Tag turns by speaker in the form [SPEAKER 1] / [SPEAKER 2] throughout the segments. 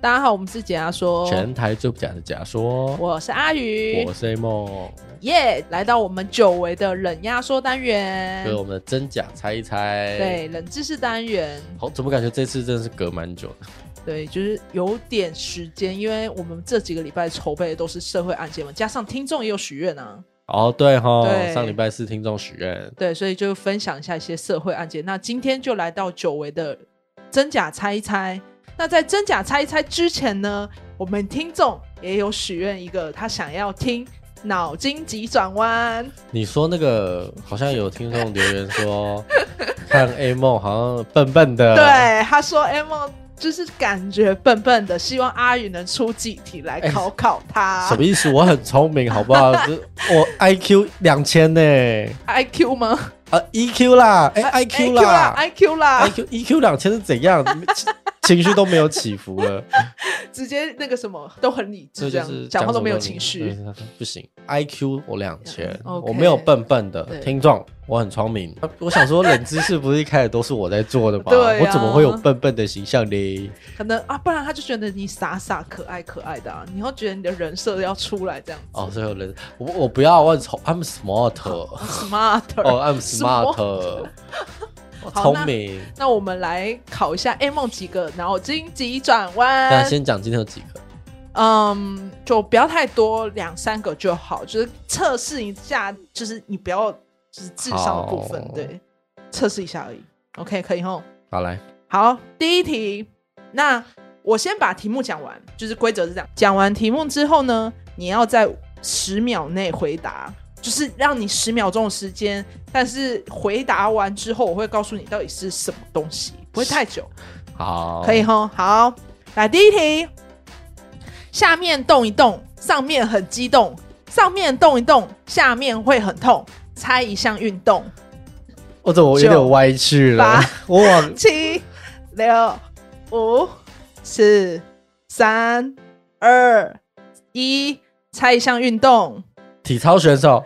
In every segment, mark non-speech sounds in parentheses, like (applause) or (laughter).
[SPEAKER 1] 大家好，我们是解压说，
[SPEAKER 2] 全台最不假的假说，
[SPEAKER 1] 我是阿宇
[SPEAKER 2] 我，是 A 梦，
[SPEAKER 1] 嗯耶来到我们久违的冷压缩单元
[SPEAKER 2] 对，我们的真假猜一猜。，
[SPEAKER 1] 对，冷知识单元，
[SPEAKER 2] 好，怎么感觉这次真的是隔蛮久的？
[SPEAKER 1] 对，就是有点时间，因为我们这几个礼拜筹备的都是社会案件嘛，加上听众也有许愿啊，
[SPEAKER 2] 哦，对哈
[SPEAKER 1] 对，
[SPEAKER 2] 上礼拜四听众许愿，
[SPEAKER 1] 对，所以就分享一下一些社会案件。那今天就来到久违的真假猜一猜。那在真假猜一猜之前呢，我们听众也有许愿一个，他想要听脑筋急转弯。
[SPEAKER 2] 你说那个好像有听众留言说， (laughs) 看 A 梦好像笨笨的，，
[SPEAKER 1] 对，他说 M 就是感觉笨笨的，希望阿宇能出几题来考考他。
[SPEAKER 2] 什么意思？我很聪明，好不
[SPEAKER 1] (laughs)
[SPEAKER 2] 好？这我 IQ 两千呢，
[SPEAKER 1] IQ 吗
[SPEAKER 2] 啊，EQ 啦，哎，IQ
[SPEAKER 1] ，E
[SPEAKER 2] 啦哎
[SPEAKER 1] ？IQ 啦
[SPEAKER 2] ，IQ EQ 两千是怎样？ (laughs) 情情绪都没有起伏了。
[SPEAKER 1] 直接那个什么都很理
[SPEAKER 2] 这
[SPEAKER 1] 智，这
[SPEAKER 2] 就
[SPEAKER 1] 样
[SPEAKER 2] 是
[SPEAKER 1] 讲话
[SPEAKER 2] 什
[SPEAKER 1] 都
[SPEAKER 2] 么
[SPEAKER 1] 没有
[SPEAKER 2] 你
[SPEAKER 1] 情绪。，嗯
[SPEAKER 2] 对不行。I Q 我两千，
[SPEAKER 1] OK
[SPEAKER 2] 我没有笨笨的
[SPEAKER 1] 对
[SPEAKER 2] 听众，我很聪明。啊我想说，冷知识不是一开始都是我在做的吗？
[SPEAKER 1] (laughs) 对啊
[SPEAKER 2] 我怎么会有笨笨的形象呢？
[SPEAKER 1] 可能啊，不然他就觉得你傻傻可爱可爱的啊，你要觉得你的人设要出来这样子。
[SPEAKER 2] 哦，所以有人，我我不要，我很聪，I'm
[SPEAKER 1] (laughs)
[SPEAKER 2] smart，哦
[SPEAKER 1] ，smart。
[SPEAKER 2] ，I'm
[SPEAKER 1] 什么
[SPEAKER 2] smart，我
[SPEAKER 1] 好
[SPEAKER 2] 聪明。
[SPEAKER 1] 那我们来考一下 A 梦几个脑筋急转
[SPEAKER 2] 那
[SPEAKER 1] 弯。
[SPEAKER 2] 先讲今天有几个，
[SPEAKER 1] 嗯，就不要太多，两三个就好，就是测试一下，就是你不要就是智商的部分
[SPEAKER 2] 好，
[SPEAKER 1] 对，测试一下而已。OK，可以吼。
[SPEAKER 2] 好来，
[SPEAKER 1] 好，第一题，那我先把题目讲完，就是规则是这样。讲完题目之后呢，你要在十秒内回答，就是让你十秒钟的时间。但是回答完之后，我会告诉你到底是什么东西，不会太久，
[SPEAKER 2] 好，
[SPEAKER 1] 可以吼。好，来第一题，下面动一动，上面很激动；上面动一动，下面会很痛。猜一项运动，
[SPEAKER 2] 我怎么有点歪去了
[SPEAKER 1] 八？
[SPEAKER 2] (laughs) 我往
[SPEAKER 1] 七、六、五、四、三、二、一，猜一项运动，
[SPEAKER 2] 体操选手，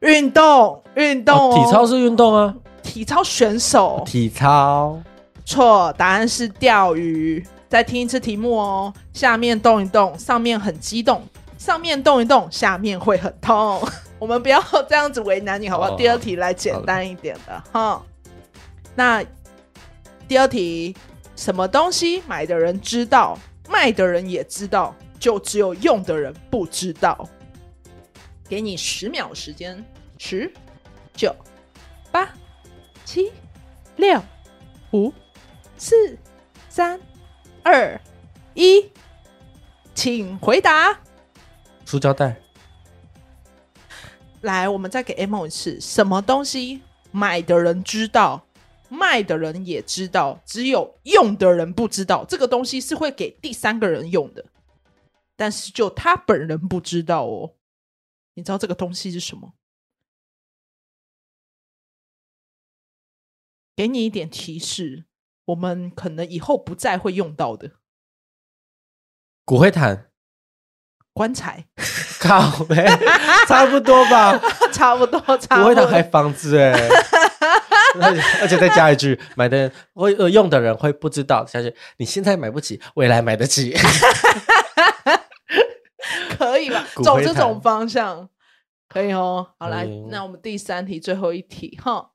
[SPEAKER 1] 运动，运动、哦
[SPEAKER 2] 哦体操是运动啊，
[SPEAKER 1] 体操选手，
[SPEAKER 2] 体操。
[SPEAKER 1] 错，答案是钓鱼。再听一次题目哦，下面动一动，上面很激动，上面动一动，下面会很痛。 (laughs) 我们不要这样子为难你，好不好？
[SPEAKER 2] 哦
[SPEAKER 1] 第二题来简单一点的哈。那第二题，什么东西买的人知道，卖的人也知道，就只有用的人不知道？给你十秒时间，十、九、八、七、六、五、四、三、二、一，请回答。
[SPEAKER 2] 塑胶袋，
[SPEAKER 1] 来，我们再给 M 一次，什么东西买的人知道，卖的人也知道，只有用的人不知道。这个东西是会给第三个人用的，但是就他本人不知道哦。你知道这个东西是什么？给你一点提示，我们可能以后不再会用到的
[SPEAKER 2] 骨灰坛。
[SPEAKER 1] 棺材， (laughs)
[SPEAKER 2] 靠呗，差不多吧。
[SPEAKER 1] 差不多，差
[SPEAKER 2] 不
[SPEAKER 1] 不
[SPEAKER 2] 会
[SPEAKER 1] 多
[SPEAKER 2] 他。还房子哎、 (laughs) 欸，而且而且再加一句，买的人会、呃、用的人会不知道，小姐你现在买不起，未来买
[SPEAKER 1] (laughs)
[SPEAKER 2] 得起。
[SPEAKER 1] 可以吧？
[SPEAKER 2] (laughs) 骨
[SPEAKER 1] 走
[SPEAKER 2] 灰
[SPEAKER 1] 这
[SPEAKER 2] 坛
[SPEAKER 1] 种方向，可以哦。好来
[SPEAKER 2] 可以哦，
[SPEAKER 1] 那我们第三题，最后一题哈，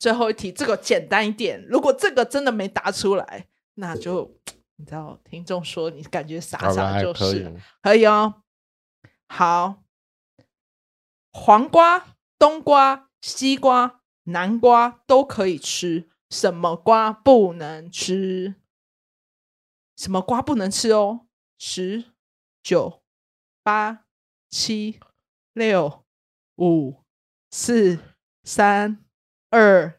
[SPEAKER 1] 最后一题这个简单一点。如果这个真的没答出来，那就你知道，听众说你感觉傻傻
[SPEAKER 2] 还
[SPEAKER 1] 就
[SPEAKER 2] 可
[SPEAKER 1] 是
[SPEAKER 2] 以
[SPEAKER 1] 了，，可以哦。好，黄瓜、冬瓜、西瓜、南瓜都可以吃，什么瓜不能吃？什么瓜不能吃哦？十、九、八、七、六、五、四、三、二、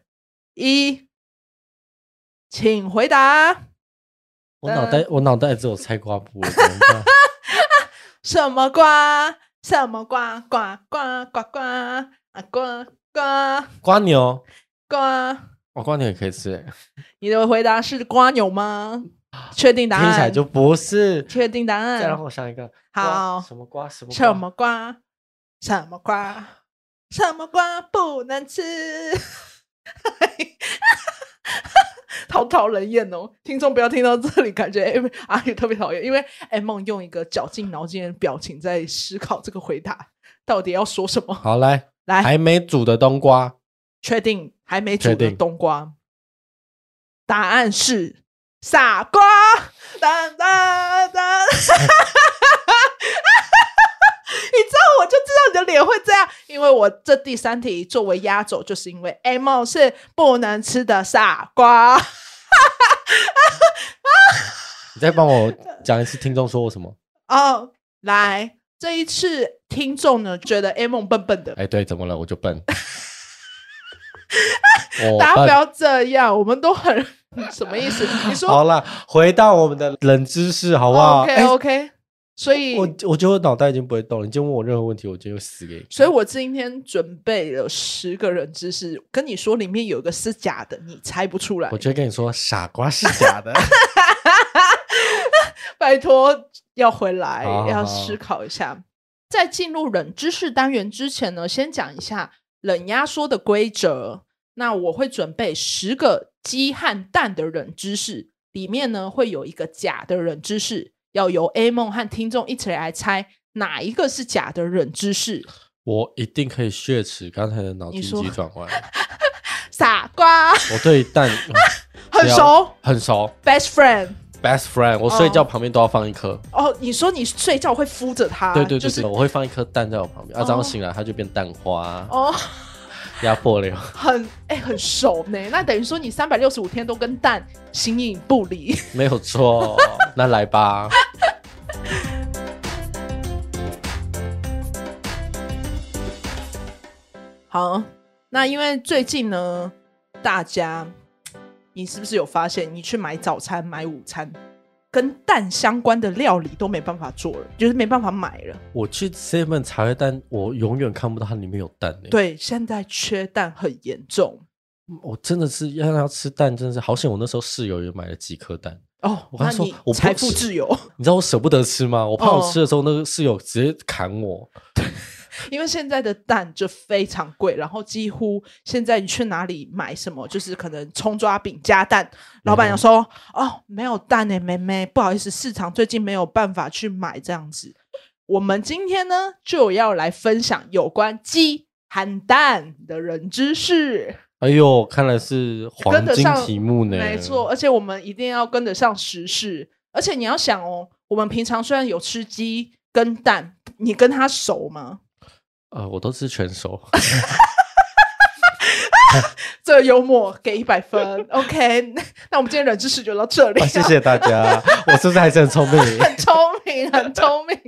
[SPEAKER 1] 一，请回答。
[SPEAKER 2] 我脑袋我脑袋只有菜瓜布，怎么办
[SPEAKER 1] 什么瓜？什么瓜？瓜瓜瓜瓜啊！瓜瓜
[SPEAKER 2] 瓜牛，
[SPEAKER 1] 瓜！
[SPEAKER 2] 哦瓜牛也可以吃、欸，
[SPEAKER 1] 你的回答是瓜牛吗？确定答
[SPEAKER 2] 听
[SPEAKER 1] 案？
[SPEAKER 2] 起来就不是。
[SPEAKER 1] 确定答
[SPEAKER 2] 再让
[SPEAKER 1] 案。
[SPEAKER 2] 我想一个，
[SPEAKER 1] 嗯好
[SPEAKER 2] 瓜什么瓜什么瓜
[SPEAKER 1] 什么瓜？什么瓜？什么瓜不能吃？ (laughs) 好讨人厌哦！听众不要听到这里，感觉哎阿宇特别讨厌，因为哎梦用一个绞尽脑汁的表情在思考这个回答到底要说什么。
[SPEAKER 2] 好来，
[SPEAKER 1] 来，
[SPEAKER 2] 还没煮的冬瓜，
[SPEAKER 1] 确定还没煮
[SPEAKER 2] 确
[SPEAKER 1] 的
[SPEAKER 2] 定
[SPEAKER 1] 冬瓜，答案是傻瓜。当当 (laughs) 当！你知道，我就知道你的脸会这样，因为我这第三题作为压轴，就是因为 M O 是不能吃的傻瓜。 (laughs)
[SPEAKER 2] 你再帮我讲一次，听众说我什么？
[SPEAKER 1] 哦，来，这一次听众呢觉得 A 梦笨笨的，
[SPEAKER 2] 哎，对，怎么了？我
[SPEAKER 1] (laughs)
[SPEAKER 2] 就笨，
[SPEAKER 1] 大家不
[SPEAKER 2] 我笨。
[SPEAKER 1] 要这样，我们都很 (laughs) 什么意思？你说
[SPEAKER 2] 好了，回到我们的冷知识，好不好？
[SPEAKER 1] OK
[SPEAKER 2] 哎
[SPEAKER 1] OK，所以
[SPEAKER 2] 我我觉得我脑袋已经不会动了，你今天问我任何问题，我就死给你。
[SPEAKER 1] 所以我今天准备了十个人知识，跟你说里面有一个是假的，你猜不出来
[SPEAKER 2] 我。就会跟你说，傻瓜是假
[SPEAKER 1] (laughs)
[SPEAKER 2] 的。
[SPEAKER 1] 拜托要回来，
[SPEAKER 2] 好好
[SPEAKER 1] 要
[SPEAKER 2] 好
[SPEAKER 1] 思考一下。在进入冷知识单元之前呢，先讲一下冷压缩的规则。那我会准备十个鸡和蛋的冷知识，里面呢会有一个假的冷知识，要由 A 梦和听众一起来猜哪一个是假的冷知识。
[SPEAKER 2] 我一定可以血耻刚才的脑筋
[SPEAKER 1] 你说
[SPEAKER 2] 急转弯。
[SPEAKER 1] 傻瓜，
[SPEAKER 2] 我对蛋
[SPEAKER 1] 很熟
[SPEAKER 2] 很熟
[SPEAKER 1] ，best friend。
[SPEAKER 2] ，best friend。我睡觉旁边都要放一颗。
[SPEAKER 1] 哦，你说你睡觉会敷着它，
[SPEAKER 2] 对对
[SPEAKER 1] 啊
[SPEAKER 2] 对
[SPEAKER 1] 就
[SPEAKER 2] 对，
[SPEAKER 1] 是
[SPEAKER 2] 我会放一颗蛋在我旁边，啊，
[SPEAKER 1] 哦
[SPEAKER 2] 早上醒来它就变蛋花，
[SPEAKER 1] 哦，
[SPEAKER 2] 压迫流。
[SPEAKER 1] 很哎、很熟呢。那等于说你三百六十五天都跟蛋形影不离。 (laughs)
[SPEAKER 2] 没有错，那来吧。
[SPEAKER 1] 好，那因为最近呢，大家你是不是有发现，你去买早餐、买午餐，跟蛋相关的料理都没办法做了，就是没办法买了。
[SPEAKER 2] 我去 Seven 茶叶蛋，我永远看不到它里面有蛋、欸。，
[SPEAKER 1] 对，现在缺蛋很严重
[SPEAKER 2] 我真的是要要吃蛋，真的是好险！我那时候室友也买了几颗蛋，
[SPEAKER 1] 哦。
[SPEAKER 2] 我
[SPEAKER 1] 那
[SPEAKER 2] 刚说
[SPEAKER 1] 你
[SPEAKER 2] 我不
[SPEAKER 1] 财富
[SPEAKER 2] 吃
[SPEAKER 1] 自由，
[SPEAKER 2] 你知道我舍不得吃吗？我怕
[SPEAKER 1] 哦
[SPEAKER 2] 我吃的时候，那个室友直接砍我。
[SPEAKER 1] 因为现在的蛋就非常贵，然后几乎现在你去哪里买什么，就是可能葱抓饼加蛋，老板娘说、哦没有蛋诶、妹妹，不好意思，市场最近没有办法去买这样子。我们今天呢就要来分享有关鸡含蛋的人知识，
[SPEAKER 2] 哎呦，看来是黄
[SPEAKER 1] 跟得
[SPEAKER 2] 金
[SPEAKER 1] 上
[SPEAKER 2] 题目呢。
[SPEAKER 1] 没错，，而且我们一定要跟得上时事，而且你要想哦，我们平常虽然有吃鸡跟蛋，你跟它熟吗？
[SPEAKER 2] 呃，我都吃
[SPEAKER 1] (laughs)
[SPEAKER 2] 全熟。
[SPEAKER 1] 这幽默给一百
[SPEAKER 2] (laughs)
[SPEAKER 1] 分，OK 那。那我们今天冷知识就到这里、
[SPEAKER 2] 啊、谢，谢大家，我是不是还是很聪
[SPEAKER 1] (laughs)
[SPEAKER 2] 明？
[SPEAKER 1] 很 (laughs) 聪明，很聪明。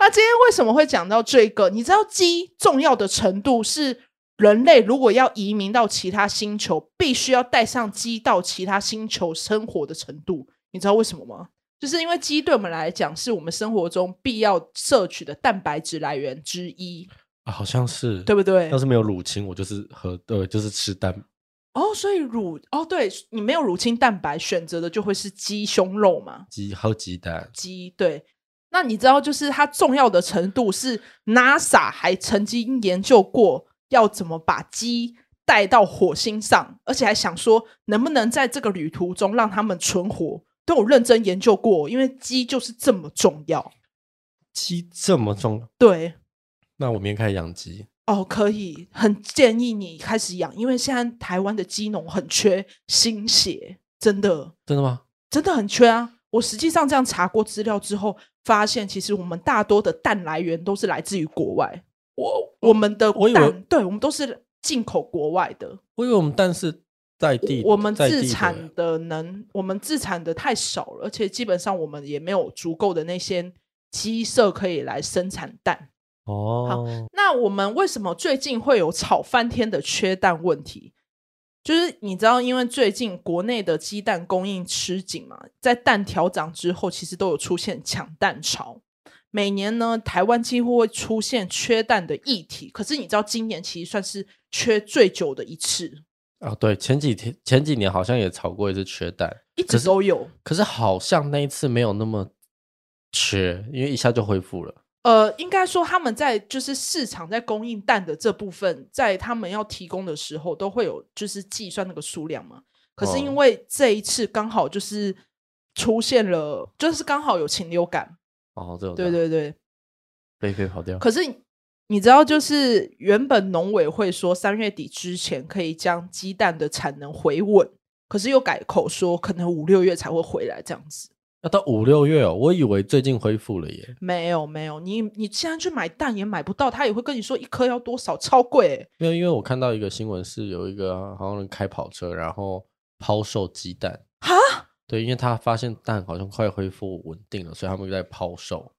[SPEAKER 1] 那今天为什么会讲到这个？你知道鸡重要的程度是人类如果要移民到其他星球，必须要带上鸡到其他星球生活的程度。你知道为什么吗？就是因为鸡对我们来讲是我们生活中必要摄取的蛋白质来源之一，
[SPEAKER 2] 啊好像是，
[SPEAKER 1] 对不对？
[SPEAKER 2] 要是没有乳清，我就是喝，对，就是吃蛋。
[SPEAKER 1] 哦，所以乳哦，对你没有乳清蛋白，选择的就会是鸡胸肉嘛，
[SPEAKER 2] 鸡喝鸡蛋，
[SPEAKER 1] 鸡对。那你知道，就是它重要的程度是 NASA 还曾经研究过要怎么把鸡带到火星上，而且还想说能不能在这个旅途中让它们存活，都有认真研究过，因为鸡就是这么重要。
[SPEAKER 2] 鸡这么重要，
[SPEAKER 1] 对，
[SPEAKER 2] 那我明天开始养鸡。
[SPEAKER 1] 哦，可以，很建议你开始养，因为现在台湾的鸡农很缺新血，真的。
[SPEAKER 2] 真的吗？
[SPEAKER 1] 真的很缺啊！我实际上这样查过资料之后，发现其实我们大多的蛋来源都是来自于国外，
[SPEAKER 2] 我
[SPEAKER 1] 我们的
[SPEAKER 2] 我以为
[SPEAKER 1] 蛋，对我们都是进口国外的，
[SPEAKER 2] 我以为我们蛋是在地，
[SPEAKER 1] 我们
[SPEAKER 2] 在地
[SPEAKER 1] 自
[SPEAKER 2] 的
[SPEAKER 1] 产的能，我们自产的太少了，而且基本上我们也没有足够的那些鸡舍可以来生产蛋。
[SPEAKER 2] 哦。
[SPEAKER 1] 那我们为什么最近会有吵翻天的缺蛋问题？就是你知道，因为最近国内的鸡蛋供应吃紧嘛，在蛋调涨之后，其实都有出现抢蛋潮。每年呢，台湾几乎会出现缺蛋的议题。可是你知道，今年其实算是缺最久的一次，
[SPEAKER 2] 啊，对，前几天前几年好像也炒过一次缺蛋，
[SPEAKER 1] 一直都有。
[SPEAKER 2] 可是好像那一次没有那么缺，因为一下就恢复了。
[SPEAKER 1] 呃，应该说他们在就是市场在供应蛋的这部分，在他们要提供的时候，都会有就是计算那个数量嘛。可是因
[SPEAKER 2] 哦
[SPEAKER 1] 为这一次刚好就是出现了，就是刚好有禽流感，
[SPEAKER 2] 哦，对
[SPEAKER 1] 对，对对。
[SPEAKER 2] 飞飞跑掉，
[SPEAKER 1] 可是你知道，就是原本农委会说三月底之前可以将鸡蛋的产能回稳，可是又改口说可能五六月才会回来这样子。
[SPEAKER 2] 要到五六月哦，我以为最近恢复了耶，
[SPEAKER 1] 没有没有，你你现在去买蛋也买不到，他也会跟你说一颗要多少，超贵欸、
[SPEAKER 2] 没有，因为我看到一个新闻是有一个好像人开跑车，然后抛售鸡蛋，
[SPEAKER 1] 哈，
[SPEAKER 2] 对，因为他发现蛋好像快恢复稳定了，所以他们就在抛售。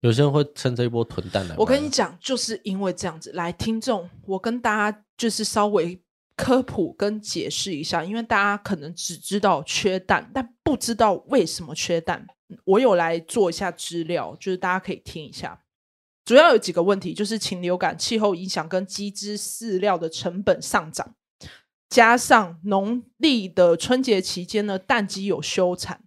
[SPEAKER 2] 有些人会趁这一波囤蛋来卖。
[SPEAKER 1] 我跟你讲，就是因为这样子，来听众，我跟大家就是稍微科普跟解释一下，因为大家可能只知道缺蛋，但不知道为什么缺蛋。我有来做一下资料，就是大家可以听一下。主要有几个问题，就是禽流感、气候影响跟鸡只饲料的成本上涨，加上农历的春节期间呢，蛋鸡有休产。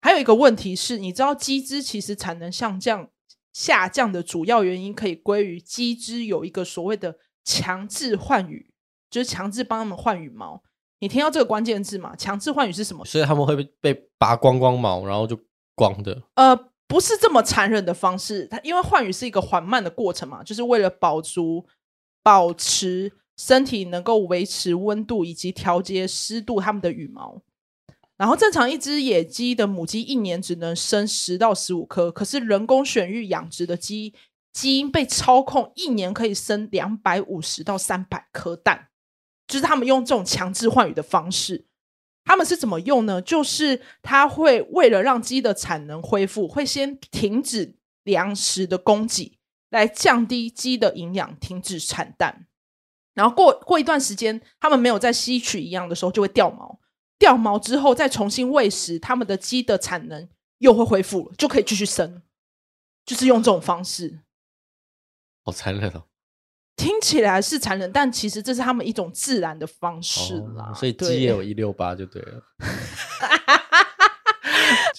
[SPEAKER 1] 还有一个问题是，你知道鸡只其实产能下降下降的主要原因可以归于鸡只有一个所谓的强制换羽，就是强制帮它们换羽毛。你听到这个关键字吗？强制换羽是什么？
[SPEAKER 2] 所以他们会被被拔光光毛，然后就光的。
[SPEAKER 1] 呃，不是这么残忍的方式，它因为换羽是一个缓慢的过程嘛，就是为了保足、保持身体能够维持温度以及调节湿度它们的羽毛。然后，正常一只野鸡的母鸡一年只能生十到十五颗，可是人工选育养殖的鸡，基因被操控，一年可以生两百五十到三百颗蛋。就是他们用这种强制换羽的方式，他们是怎么用呢？就是它会为了让鸡的产能恢复，会先停止粮食的供给，来降低鸡的营养，停止产蛋。然后过过一段时间，它们没有再吸取营养的时候，就会掉毛。掉毛之后再重新喂食，它们的鸡的产能又会恢复了，就可以继续生。就是用这种方式，
[SPEAKER 2] 好残忍哦！
[SPEAKER 1] 听起来是残忍，但其实这是他们一种自然的方式
[SPEAKER 2] 哦
[SPEAKER 1] 啦。
[SPEAKER 2] 所以
[SPEAKER 1] 对
[SPEAKER 2] 鸡
[SPEAKER 1] (laughs)
[SPEAKER 2] 也有一六八就对了。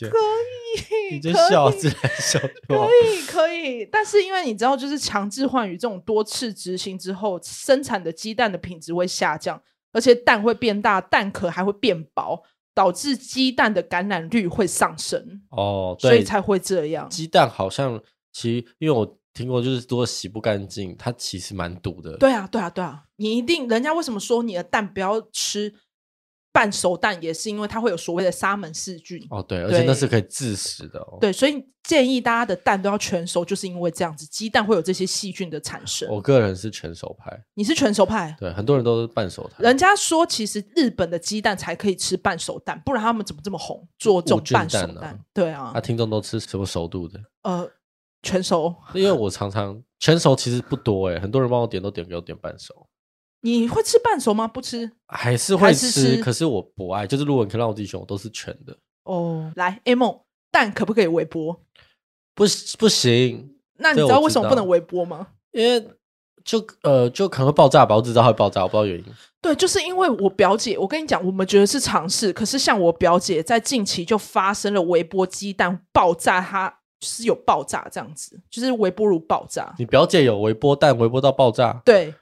[SPEAKER 2] 可以，你就
[SPEAKER 1] 可
[SPEAKER 2] 笑
[SPEAKER 1] 以
[SPEAKER 2] 自然笑
[SPEAKER 1] (laughs)
[SPEAKER 2] 就
[SPEAKER 1] 可。
[SPEAKER 2] 好
[SPEAKER 1] 以可以，但是因为你知道，就是强制换羽这种多次执行之后，生产的鸡蛋的品质会下降，而且蛋会变大，蛋壳还会变薄，导致鸡蛋的感染率会上升，
[SPEAKER 2] 哦，
[SPEAKER 1] 所
[SPEAKER 2] 对，
[SPEAKER 1] 以才会这样。
[SPEAKER 2] 鸡蛋好像其实因为我听过，就是如果洗不干净，它其实蛮毒的。，
[SPEAKER 1] 对啊，对啊，对啊，你一定，人家为什么说你的蛋不要吃半熟蛋，也是因为它会有所谓的沙门氏菌。
[SPEAKER 2] 哦对，而且那
[SPEAKER 1] 对
[SPEAKER 2] 是可以致死的哦。
[SPEAKER 1] 对，所以建议大家的蛋都要全熟，就是因为这样子，鸡蛋会有这些细菌的产生。
[SPEAKER 2] 我个人是全手派，
[SPEAKER 1] 你是全熟派？
[SPEAKER 2] 对，很多人都是半手派。
[SPEAKER 1] 人家说，其实日本的鸡蛋才可以吃半熟蛋，不然他们怎么这么红，做这种半熟
[SPEAKER 2] 无
[SPEAKER 1] 蛋？
[SPEAKER 2] 菌蛋啊
[SPEAKER 1] 对啊，
[SPEAKER 2] 啊，听众都吃什么熟度的？
[SPEAKER 1] 呃，全熟，
[SPEAKER 2] 因为我常常全熟其实不多哎，很多人帮我点都点给我点半熟，
[SPEAKER 1] 你会吃半熟吗？不吃
[SPEAKER 2] 还是
[SPEAKER 1] 还
[SPEAKER 2] 会
[SPEAKER 1] 是
[SPEAKER 2] 吃，
[SPEAKER 1] 吃
[SPEAKER 2] 可是我不爱。就是如果你可以让我自己选，我都是全的，
[SPEAKER 1] 哦。来，A 梦蛋可不可以微波？
[SPEAKER 2] 不不行，
[SPEAKER 1] 那你
[SPEAKER 2] 这
[SPEAKER 1] 知道
[SPEAKER 2] 我
[SPEAKER 1] 为
[SPEAKER 2] 知
[SPEAKER 1] 什么不
[SPEAKER 2] 道
[SPEAKER 1] 能微波吗？
[SPEAKER 2] 因为就呃就可能会爆炸吧，我只知道它会爆炸，我不知道原因。
[SPEAKER 1] 对，就是因为我表姐，我跟你讲，我们觉得是尝试，可是像我表姐在近期就发生了微波鸡蛋爆炸，它是有爆炸这样子，就是微波炉爆炸。
[SPEAKER 2] 你表姐有微波蛋，微波到爆炸，
[SPEAKER 1] 对，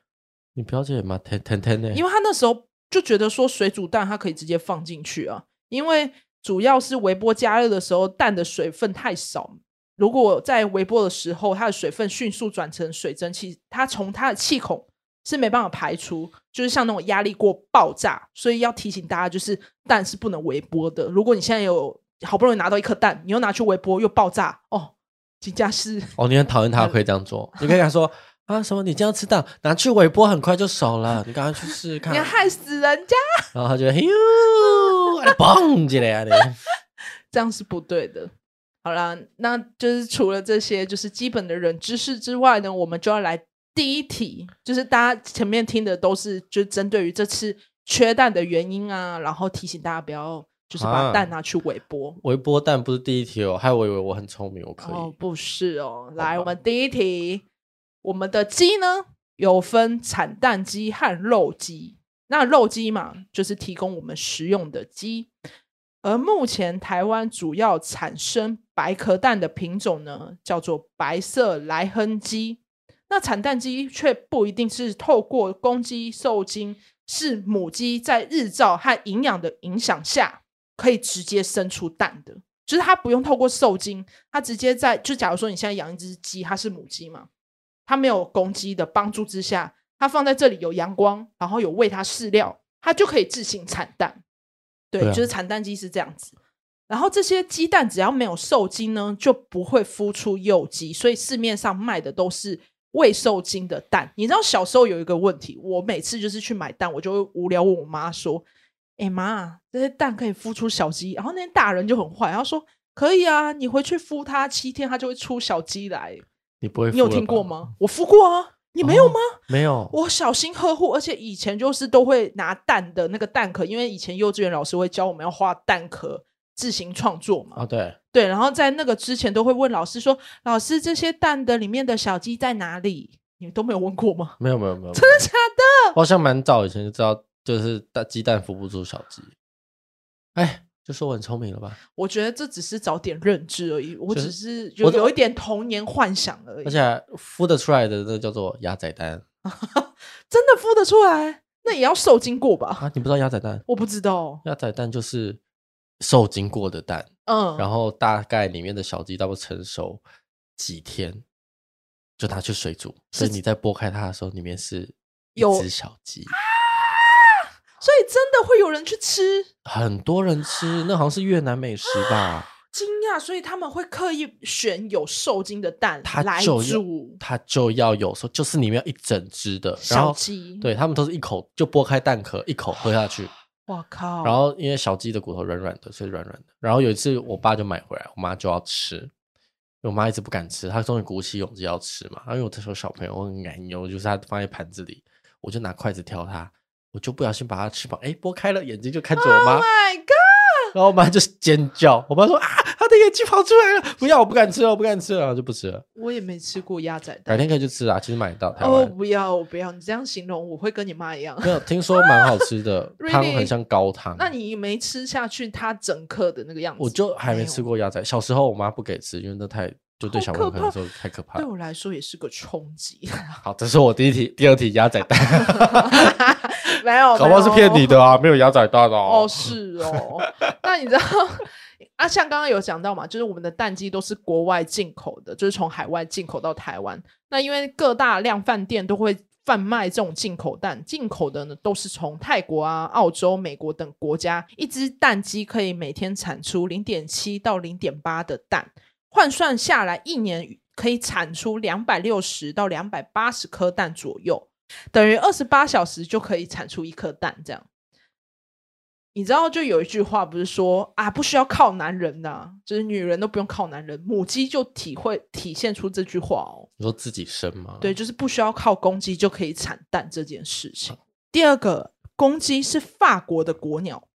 [SPEAKER 2] 你表姐也蛮甜甜甜的，
[SPEAKER 1] 因为他那时候就觉得说水煮蛋它可以直接放进去啊，因为主要是微波加热的时候蛋的水分太少，如果在微波的时候它的水分迅速转成水蒸气，它从它的气孔是没办法排出，就是像那种压力锅爆炸，所以要提醒大家，就是蛋是不能微波的。如果你现在有好不容易拿到一颗蛋，你又拿去微波又爆炸，哦，请假是
[SPEAKER 2] 哦，你很讨
[SPEAKER 1] 呃
[SPEAKER 2] 厌他可以这样做，你可以跟他说啊什么，你这样吃到拿去微波很快就熟了，你赶快去试试看
[SPEAKER 1] 你要。害死人家，
[SPEAKER 2] 然后他就会呦，啊 (laughs) 嘣起来啊你，
[SPEAKER 1] 这样是不对的。好啦，那就是除了这些就是基本的冷知识之外呢，我们就要来第一题，就是大家前面听的都是就针对于这次缺蛋的原因啊，然后提醒大家不要就是把
[SPEAKER 2] 啊
[SPEAKER 1] 蛋拿去微波。
[SPEAKER 2] 微波蛋不是第一题哦，害我以为我很聪明，我可以。
[SPEAKER 1] 哦，不是哦，来，
[SPEAKER 2] 吧
[SPEAKER 1] 我们第一题，我们的鸡呢有分产蛋鸡和肉鸡。那肉鸡嘛，就是提供我们食用的鸡。而目前台湾主要产生白壳蛋的品种呢，叫做白色莱亨鸡。那产蛋鸡却不一定是透过公鸡受精是母鸡在日照和营养的影响下，可以直接生出蛋的，就是它不用透过受精，它直接在就假如说你现在养一只鸡，它是母鸡嘛，它没有公鸡的帮助之下，它放在这里有阳光，然后有喂它饲料，它就可以自行产蛋。对，
[SPEAKER 2] 对啊
[SPEAKER 1] 就是产蛋鸡是这样子。然后这些鸡蛋只要没有受精呢，就不会孵出幼鸡，所以市面上卖的都是未受精的蛋。你知道小时候有一个问题，我每次就是去买蛋，我就会无聊问我妈说：“哎、妈，这些蛋可以孵出小鸡？”然后那些大人就很坏，然后说：“可以啊，你回去孵它七天，它就会出小鸡来。
[SPEAKER 2] 你不会”
[SPEAKER 1] 你有
[SPEAKER 2] 付了
[SPEAKER 1] 听
[SPEAKER 2] 吧哦
[SPEAKER 1] 过？吗？我孵过啊，你没有吗？
[SPEAKER 2] 没有，
[SPEAKER 1] 我小心呵护，而且以前就是都会拿蛋的那个蛋壳，因为以前幼稚园老师会教我们要画蛋壳自行创作嘛。
[SPEAKER 2] 哦对，
[SPEAKER 1] 对，然后在那个之前都会问老师说：“老师，这些蛋的里面的小鸡在哪里？”你们都没有问过吗？
[SPEAKER 2] 没有没有没有，
[SPEAKER 1] 真的假的？
[SPEAKER 2] 我好像蛮早以前就知道，就是大鸡蛋孵不出小鸡。哎，就说我很聪明了吧？
[SPEAKER 1] 我觉得这只是早点认知而已，我
[SPEAKER 2] 就
[SPEAKER 1] 只
[SPEAKER 2] 是
[SPEAKER 1] 是
[SPEAKER 2] 我
[SPEAKER 1] 有
[SPEAKER 2] 都
[SPEAKER 1] 有一点童年幻想而已
[SPEAKER 2] 而。且啊孵得出来的那叫做鸭仔蛋
[SPEAKER 1] 真的孵得出来，那也要受精过吧？
[SPEAKER 2] 啊！你不知道鸭仔蛋？
[SPEAKER 1] 我不知道。
[SPEAKER 2] 鸭仔蛋就是受精过的蛋，
[SPEAKER 1] 嗯，
[SPEAKER 2] 然后大概里面的小鸡大概成熟几天，就拿去水煮，所以你在剥开它的时候，里面是一
[SPEAKER 1] 有
[SPEAKER 2] 只小鸡，
[SPEAKER 1] 所以真的会有人去吃，
[SPEAKER 2] 很多人吃，那好像是越南美食吧？
[SPEAKER 1] 惊讶，所以他们会刻意选有受精的蛋
[SPEAKER 2] 它
[SPEAKER 1] 来
[SPEAKER 2] 就要
[SPEAKER 1] 煮
[SPEAKER 2] 它就要有时候就是里面要一整只的，然
[SPEAKER 1] 小
[SPEAKER 2] 后
[SPEAKER 1] 鸡。，
[SPEAKER 2] 对他们都是一口就剥开蛋壳，一口喝下去。
[SPEAKER 1] 我靠！
[SPEAKER 2] 然后因为小鸡的骨头软软的，所以软软的。然后有一次我爸就买回来，我妈就要吃，因为我妈一直不敢吃，她终于鼓起勇气要吃嘛。因为我那时候小朋友，我很奶油，就是她放在盘子里，我就拿筷子挑它，我就不小心把它翅膀哎拨开了，眼睛就看着我妈
[SPEAKER 1] Oh my god！
[SPEAKER 2] 然后我妈就尖叫，我妈说啊，她的眼睛跑出来了，不要，我不敢吃了，我不敢吃了，然后就不吃了。
[SPEAKER 1] 我也没吃过鸭仔
[SPEAKER 2] 改
[SPEAKER 1] 蛋。
[SPEAKER 2] 天可以去吃啊，其实买得到台
[SPEAKER 1] 哦，
[SPEAKER 2] 湾。
[SPEAKER 1] 不要，我不要！你这样形容，我会跟你妈一样。
[SPEAKER 2] (laughs) 没有听说蛮好
[SPEAKER 1] (laughs)
[SPEAKER 2] 吃的
[SPEAKER 1] Really？
[SPEAKER 2] 汤，很像高汤。
[SPEAKER 1] 那你没吃下去它整颗的那个样子，
[SPEAKER 2] 我就还没吃
[SPEAKER 1] 过。
[SPEAKER 2] 过鸭仔，小时候我妈不给吃，因为那太就对小朋友可能说太可怕
[SPEAKER 1] 对
[SPEAKER 2] 了。
[SPEAKER 1] 我来说也是个冲击。 (laughs)
[SPEAKER 2] 好，这是我第一题，第二题鸭仔蛋，
[SPEAKER 1] 没有，
[SPEAKER 2] 搞不好
[SPEAKER 1] 没
[SPEAKER 2] 是
[SPEAKER 1] 有
[SPEAKER 2] 骗你的啊，没有鸭仔蛋
[SPEAKER 1] 哦，
[SPEAKER 2] 哦。
[SPEAKER 1] 是哦。那你知道啊？像刚刚有讲到嘛，就是我们的蛋鸡都是国外进口的，就是从海外进口到台湾。那因为各大量贩店都会贩卖这种进口蛋，进口的呢都是从泰国啊、澳洲、美国等国家，一只蛋鸡可以每天产出零点七到零点八的蛋，换算下来一年可以产出两百六十到两百八十颗蛋左右。等于二十八小时就可以产出一颗蛋，这样。你知道，就有一句话不是说啊，不需要靠男人呐、就是女人都不用靠男人，母鸡就体会体现出这句话哦。
[SPEAKER 2] 你说自己生吗？
[SPEAKER 1] 对，，就是不需要靠公鸡就可以产蛋这件事情。第二个，公鸡是法国的国鸟，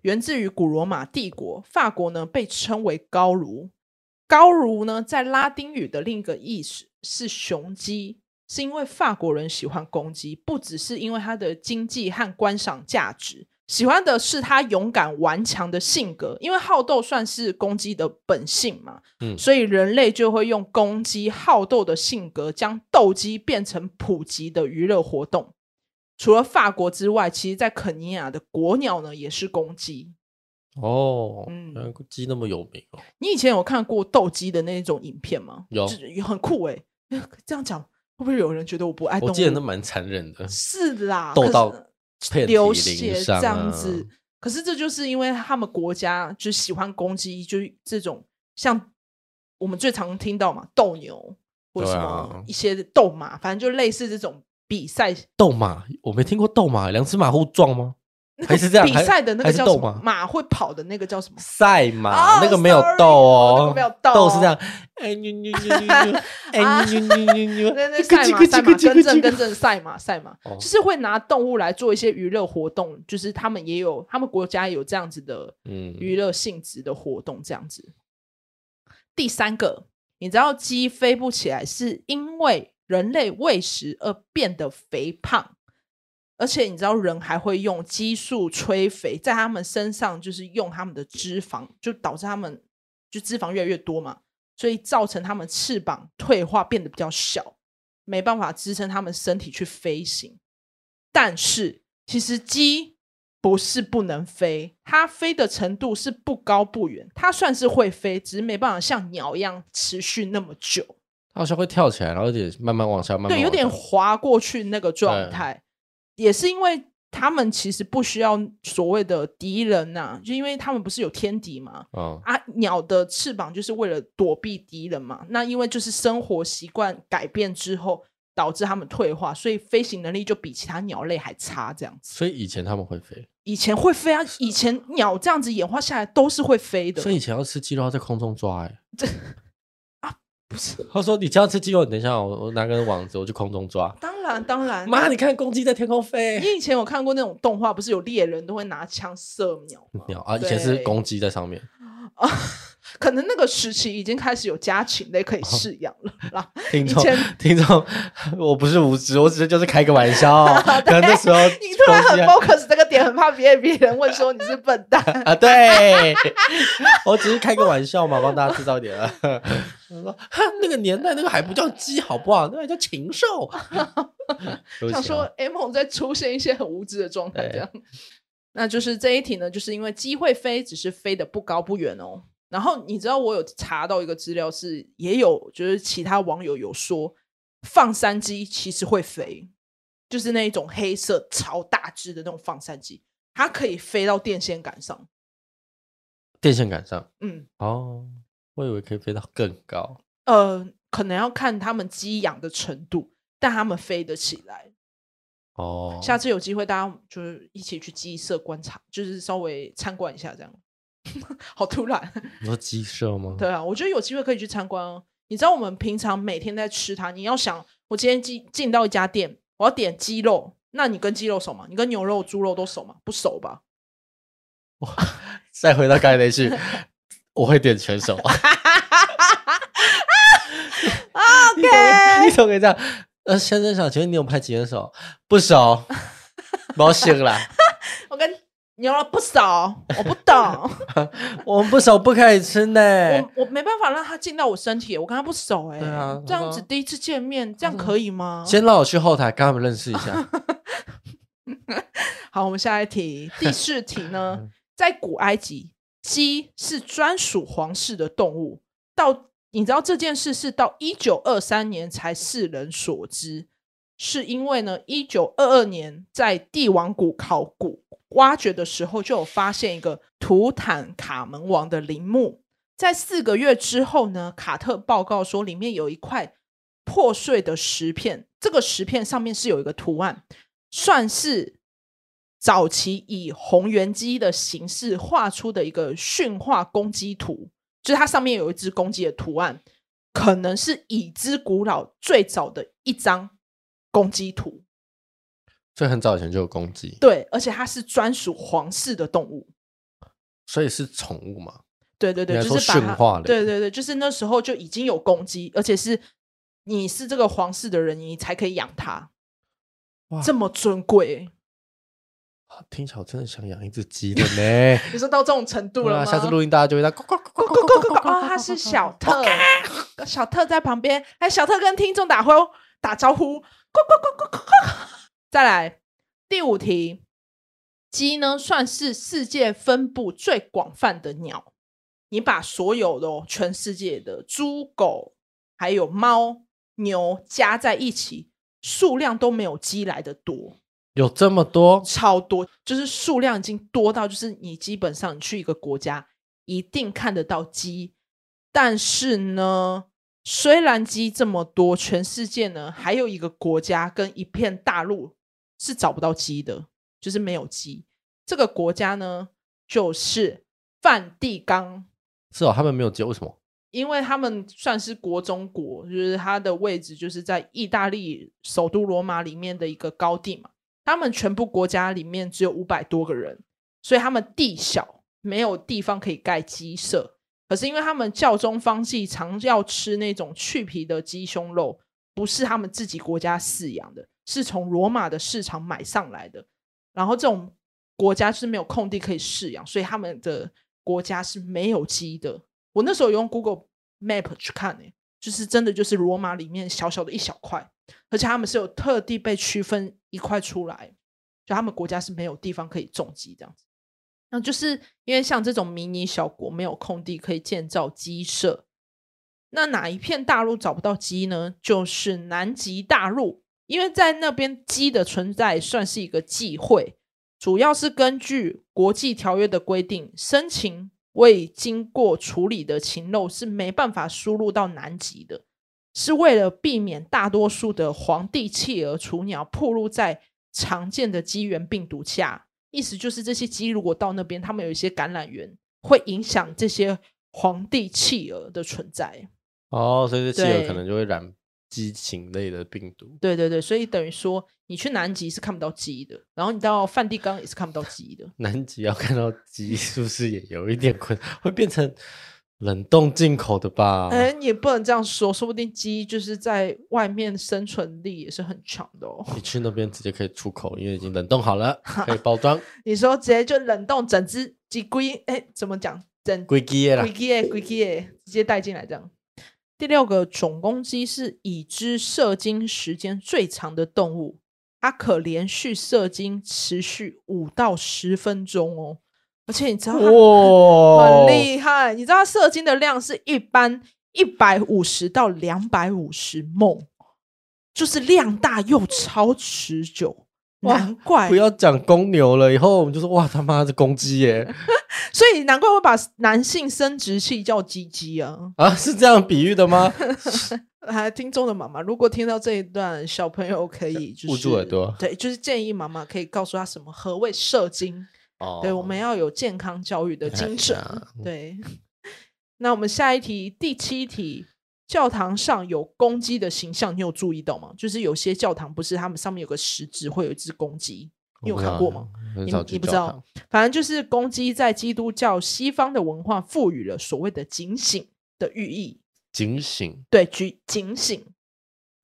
[SPEAKER 1] 源自于古罗马帝国。法国呢被称为高卢，高卢呢在拉丁语的另一个意思是雄鸡，是因为法国人喜欢公鸡，不只是因为它的经济和观赏价值。喜欢的是它勇敢顽强的性格，因为好斗算是公鸡的本性嘛。所以人类就会用公鸡好斗的性格，将斗鸡变成普及的娱乐活动。除了法国之外，其实在肯尼亚的国鸟呢也是公鸡。
[SPEAKER 2] 哦，
[SPEAKER 1] 嗯
[SPEAKER 2] 原来鸡那么有名哦，
[SPEAKER 1] 你以前有看过斗鸡的那种影片吗？
[SPEAKER 2] 有
[SPEAKER 1] 就是很酷哎、 (laughs) 这样讲会不会有人觉得我不爱动
[SPEAKER 2] 我
[SPEAKER 1] 物？
[SPEAKER 2] 记得那蛮残忍的，
[SPEAKER 1] 是啦，
[SPEAKER 2] 嗯斗
[SPEAKER 1] 可是
[SPEAKER 2] 到遍体
[SPEAKER 1] 流
[SPEAKER 2] 鳞
[SPEAKER 1] 血
[SPEAKER 2] 伤
[SPEAKER 1] 这样
[SPEAKER 2] 啊
[SPEAKER 1] 子。可是这就是因为他们国家就喜欢攻击，就是这种像我们最常听到嘛，斗牛或者
[SPEAKER 2] 对
[SPEAKER 1] 什
[SPEAKER 2] 啊
[SPEAKER 1] 么一些斗马，反正就类似这种比赛。
[SPEAKER 2] 斗马，我没听过斗马，两只马互撞吗？还是这样？
[SPEAKER 1] 比赛的那
[SPEAKER 2] 还
[SPEAKER 1] 个
[SPEAKER 2] 是
[SPEAKER 1] 叫
[SPEAKER 2] 斗
[SPEAKER 1] 什么
[SPEAKER 2] 马？？
[SPEAKER 1] 马会跑的那个叫
[SPEAKER 2] (laughs)
[SPEAKER 1] 什么？
[SPEAKER 2] 赛马、
[SPEAKER 1] 哦
[SPEAKER 2] 那个没有
[SPEAKER 1] sorry，
[SPEAKER 2] 斗
[SPEAKER 1] 哦啊
[SPEAKER 2] 哦，
[SPEAKER 1] 那个没有斗
[SPEAKER 2] 斗
[SPEAKER 1] (laughs)
[SPEAKER 2] 是这样，哎呦呦呦呦呦，哎呦呦呦呦呦，
[SPEAKER 1] 那
[SPEAKER 2] (laughs)
[SPEAKER 1] 那
[SPEAKER 2] 叽
[SPEAKER 1] 赛马
[SPEAKER 2] 叽
[SPEAKER 1] 赛
[SPEAKER 2] 叽
[SPEAKER 1] 马
[SPEAKER 2] 叽
[SPEAKER 1] 跟
[SPEAKER 2] 叽
[SPEAKER 1] 正
[SPEAKER 2] 叽
[SPEAKER 1] 跟正赛马赛马，
[SPEAKER 2] 哦
[SPEAKER 1] 就是会拿动物来做一些娱乐活动，就是他们也有他们国家也有这样子的
[SPEAKER 2] 嗯，
[SPEAKER 1] 娱乐性质的活动这样子。第三个，你知道鸡飞不起来是因为人类喂食而变得肥胖，而且你知道人还会用激素催肥，在他们身上就是用他们的脂肪，就导致他们就脂肪越来越多嘛，所以造成他们翅膀退化变得比较小，没办法支撑他们身体去飞行。但是其实鸡不是不能飞，它飞的程度是不高不远，它算是会飞，只是没办法像鸟一样持续那么久。
[SPEAKER 2] 它好像会跳起来，然后有点慢慢往下，慢慢
[SPEAKER 1] 对，有
[SPEAKER 2] 往
[SPEAKER 1] 点
[SPEAKER 2] 下
[SPEAKER 1] 滑过去那个状
[SPEAKER 2] 对
[SPEAKER 1] 态，也是因为他们其实不需要所谓的敌人呐、啊就因为他们不是有天敌嘛。
[SPEAKER 2] 嗯
[SPEAKER 1] 啊，鸟的翅膀就是为了躲避敌人嘛。那因为就是生活习惯改变之后，导致它们退化，所以飞行能力就比其他鸟类还差。这样子，
[SPEAKER 2] 所以以前他们会飞，
[SPEAKER 1] 以前会飞啊，以前鸟这样子演化下来都是会飞的
[SPEAKER 2] 所。以以前要吃鸡肉要在空中抓、欸。
[SPEAKER 1] (laughs) 啊不是，
[SPEAKER 2] 他说：“你这样吃鸡肉，你等一下，我我拿根网子，我去空中抓。
[SPEAKER 1] 当然当然，
[SPEAKER 2] 妈，你看公鸡在天空飞，
[SPEAKER 1] 你以前有看过那种动画，不是有猎人都会拿枪射鸟吗？
[SPEAKER 2] 鸟啊！以前是
[SPEAKER 1] 对
[SPEAKER 2] 公鸡在上面，
[SPEAKER 1] 啊， (laughs) 可能那个时期已经开始有家禽类
[SPEAKER 2] 哦
[SPEAKER 1] 可以饲养了啦。
[SPEAKER 2] 听
[SPEAKER 1] 以 (laughs)
[SPEAKER 2] 众
[SPEAKER 1] 前
[SPEAKER 2] 听众， (laughs) 我不是无知，我只是就是开个
[SPEAKER 1] (laughs)
[SPEAKER 2] 玩笑。可能那时候
[SPEAKER 1] 你突然
[SPEAKER 2] 公
[SPEAKER 1] 很
[SPEAKER 2] 鸡还
[SPEAKER 1] focus 这个点，很怕别别人问说你是笨蛋。
[SPEAKER 2] 啊，对，我只是开个玩笑嘛，帮大家知道一点啊。我说哈，那个年代那个还不叫鸡，好不好？那个叫禽兽。对不起啊
[SPEAKER 1] 想说 M 梦在出现一些很无知的状态，这样。那就是这一题呢，就是因为机会飞，只是飞得不高不远哦。然后你知道我有查到一个资料是，也有就是其他网友有说，放山鸡其实会飞，就是那一种黑色超大只的那种放山鸡，它可以飞到电线杆上。
[SPEAKER 2] 电线杆上
[SPEAKER 1] 嗯，
[SPEAKER 2] 哦，我以为可以飞到更高。
[SPEAKER 1] 呃，可能要看他们鸡养的程度，但他们飞得起来。
[SPEAKER 2] 哦，
[SPEAKER 1] 下次有机会，大家就是一起去鸡舍观察，就是稍微参观一下，这样。 (laughs) 好突然，
[SPEAKER 2] 你说鸡舍吗？
[SPEAKER 1] 对啊，我觉得有机会可以去参观哦。你知道我们平常每天在吃它，你要想，我今天进进到一家店，我要点鸡肉，那你跟鸡肉熟吗？你跟牛肉、猪肉都熟吗？不熟吧？
[SPEAKER 2] 再回到刚才那句，我会点全手。OK，你怎么可以这样？呃，先生想请问你有拍几人手？不熟，毛醒啦，
[SPEAKER 1] 我跟牛肉不熟，我不
[SPEAKER 2] (laughs)
[SPEAKER 1] 懂。
[SPEAKER 2] 我们不熟不可以吃呢。
[SPEAKER 1] 我我没办法让他进到我身体，我跟他不熟哎、
[SPEAKER 2] 对啊
[SPEAKER 1] 这样
[SPEAKER 2] 好
[SPEAKER 1] 子
[SPEAKER 2] 吧
[SPEAKER 1] 第一次见面，这样可以吗？
[SPEAKER 2] 先让我去后台跟他们认识
[SPEAKER 1] (laughs)
[SPEAKER 2] 一下。
[SPEAKER 1] 好，我们下一题，第四题呢，在古埃及，鸡是专属皇室的动物，到你知道这件事是到一九二三年才世人所知，是因为呢，一九二二年在帝王谷考古挖掘的时候，就有发现一个图坦卡门王的陵墓。在四个月之后呢，卡特报告说里面有一块破碎的石片，这个石片上面是有一个图案，算是早期以红原鸡的形式画出的一个驯化公鸡图，就是它上面有一只公鸡的图案，可能是已知古老最早的一张公鸡图。
[SPEAKER 2] 所以很早以前就有公鸡，
[SPEAKER 1] 对，而且它是专属皇室的动物。
[SPEAKER 2] 所以是宠物嘛？
[SPEAKER 1] 对对对，
[SPEAKER 2] 应该
[SPEAKER 1] 就
[SPEAKER 2] 说
[SPEAKER 1] 是把
[SPEAKER 2] 驯
[SPEAKER 1] 它
[SPEAKER 2] 化类
[SPEAKER 1] 对对对，就是那时候就已经有公鸡，而且是你是这个皇室的人，你才可以养它，
[SPEAKER 2] 哇，
[SPEAKER 1] 这么尊贵。
[SPEAKER 2] 啊听起来我真的想养一只鸡了呢。
[SPEAKER 1] (laughs) 你说到这种程度
[SPEAKER 2] 对
[SPEAKER 1] 了
[SPEAKER 2] 啊
[SPEAKER 1] 吗？
[SPEAKER 2] 下次录音大家就会在
[SPEAKER 1] (laughs)
[SPEAKER 2] 咕咕咕咕
[SPEAKER 1] 咕咕咕咕咕！哦，他是小特，小特在旁边。哎，小特跟听众打呼打招呼，咕咕咕咕咕咕。再来第五题，鸡呢算是世界分布最广泛的鸟。你把所有的、哦、全世界的猪、狗，还有猫、牛加在一起，数量都没有鸡来的多。
[SPEAKER 2] 有这么多
[SPEAKER 1] 超多，就是数量已经多到，就是你基本上你去一个国家一定看得到鸡。但是呢，虽然鸡这么多，全世界呢还有一个国家跟一片大陆是找不到鸡的，就是没有鸡。这个国家呢，就是梵蒂冈。
[SPEAKER 2] 是哦，他们没有鸡，为什么？
[SPEAKER 1] 因为他们算是国中国，就是它的位置就是在意大利首都罗马里面的一个高地嘛。他们全部国家里面只有五百多个人，所以他们地小，没有地方可以盖鸡舍。可是因为他们教宗方济常要吃那种去皮的鸡胸肉，不是他们自己国家饲养的，是从罗马的市场买上来的。然后这种国家是没有空地可以饲养，所以他们的国家是没有鸡的。我那时候有用 Google Map 去看呢、就是真的就是罗马里面小小的一小块，而且他们是有特地被区分一块出来。就他们国家是没有地方可以种鸡这样子。那就是因为像这种迷你小国没有空地可以建造鸡舍，那哪一片大陆找不到鸡呢？就是南极大陆，因为在那边鸡的存在算是一个忌讳，主要是根据国际条约的规定，生禽未经过处理的禽肉是没办法输入到南极的，是为了避免大多数的皇帝企鹅、雏鸟暴露在常见的鸡源病毒下。意思就是这些鸡如果到那边，它们有一些感染源，会影响这些皇帝企鹅的存在。
[SPEAKER 2] 哦，所以这企鹅
[SPEAKER 1] 对
[SPEAKER 2] 可能就会染激情类的病毒。
[SPEAKER 1] 对对对，所以等于说你去南极是看不到鸡的，然后你到梵蒂冈也是看不到鸡的。
[SPEAKER 2] 南极要看到鸡，是不是也有一点困？会变成冷冻进口的吧？
[SPEAKER 1] 哎、你也不能这样说，说不定鸡就是在外面生存力也是很强的哦。
[SPEAKER 2] 你去那边直接可以出口，因为已经冷冻好了，可以包装。
[SPEAKER 1] 你说直接就冷冻整只鸡龟，哎，怎么讲？整
[SPEAKER 2] 龟鸡的啦
[SPEAKER 1] 龟，鸡耶，龟鸡耶，直接带进来这样。第六个种公鸡是已知射精时间最长的动物，它可连续射精持续五到十分钟哦。而且你知道它 (laughs)
[SPEAKER 2] 哇
[SPEAKER 1] 很厉害，你知道它射精的量是一般一百五十到两百五十梦，就是量大又超持久，
[SPEAKER 2] 哇
[SPEAKER 1] 难怪
[SPEAKER 2] 不要讲公牛了，以后我们就说哇他妈是公
[SPEAKER 1] (laughs)
[SPEAKER 2] 鸡耶
[SPEAKER 1] 所以难怪会把男性生殖器叫鸡鸡啊！
[SPEAKER 2] 啊，是这样比喻的
[SPEAKER 1] (laughs)
[SPEAKER 2] 吗？
[SPEAKER 1] 还听众的妈妈，如果听到这一段，小朋友可以就是
[SPEAKER 2] 捂住耳朵
[SPEAKER 1] 对，就是建议妈妈可以告诉他什么何谓射精，
[SPEAKER 2] 哦
[SPEAKER 1] 对，我们要有健康教育的精
[SPEAKER 2] (laughs)
[SPEAKER 1] 神
[SPEAKER 2] 哎呀。
[SPEAKER 1] 对，那我们下一题，第七题，教堂上有公鸡的形象，你有注意到吗？就是有些教堂不是他们上面有个十字，会有一只公鸡，你有
[SPEAKER 2] 我不知道啊
[SPEAKER 1] 看过吗？？
[SPEAKER 2] 很
[SPEAKER 1] 你
[SPEAKER 2] 少去
[SPEAKER 1] 你不
[SPEAKER 2] 教
[SPEAKER 1] 知道
[SPEAKER 2] 堂
[SPEAKER 1] 反正就是公鸡在基督教西方的文化赋予了所谓的警醒的寓意，
[SPEAKER 2] 警醒
[SPEAKER 1] 对，举警醒，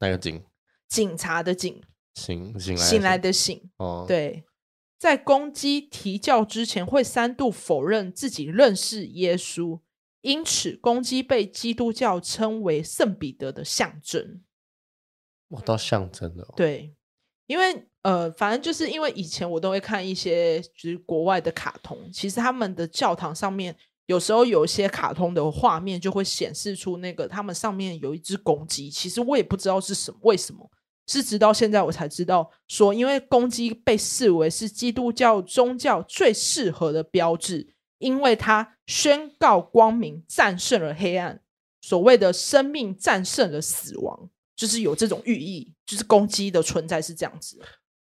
[SPEAKER 2] 那个警
[SPEAKER 1] 警察的警，
[SPEAKER 2] 醒醒来
[SPEAKER 1] 醒来
[SPEAKER 2] 的
[SPEAKER 1] 的醒，
[SPEAKER 2] 哦，
[SPEAKER 1] 对。在公鸡啼叫之前，会三度否认自己认识耶稣，因此公鸡被基督教称为圣彼得的象征。
[SPEAKER 2] 哇，到象征了哦。
[SPEAKER 1] 对，因为呃，反正就是因为以前我都会看一些就是国外的卡通，其实他们的教堂上面有时候有一些卡通的画面就会显示出那个他们上面有一只公鸡，其实我也不知道是什么，为什么。是直到现在我才知道，说因为公鸡被视为是基督教宗教最适合的标志，因为它宣告光明战胜了黑暗，所谓的生命战胜了死亡，就是有这种寓意，就是公鸡的存在是这样子。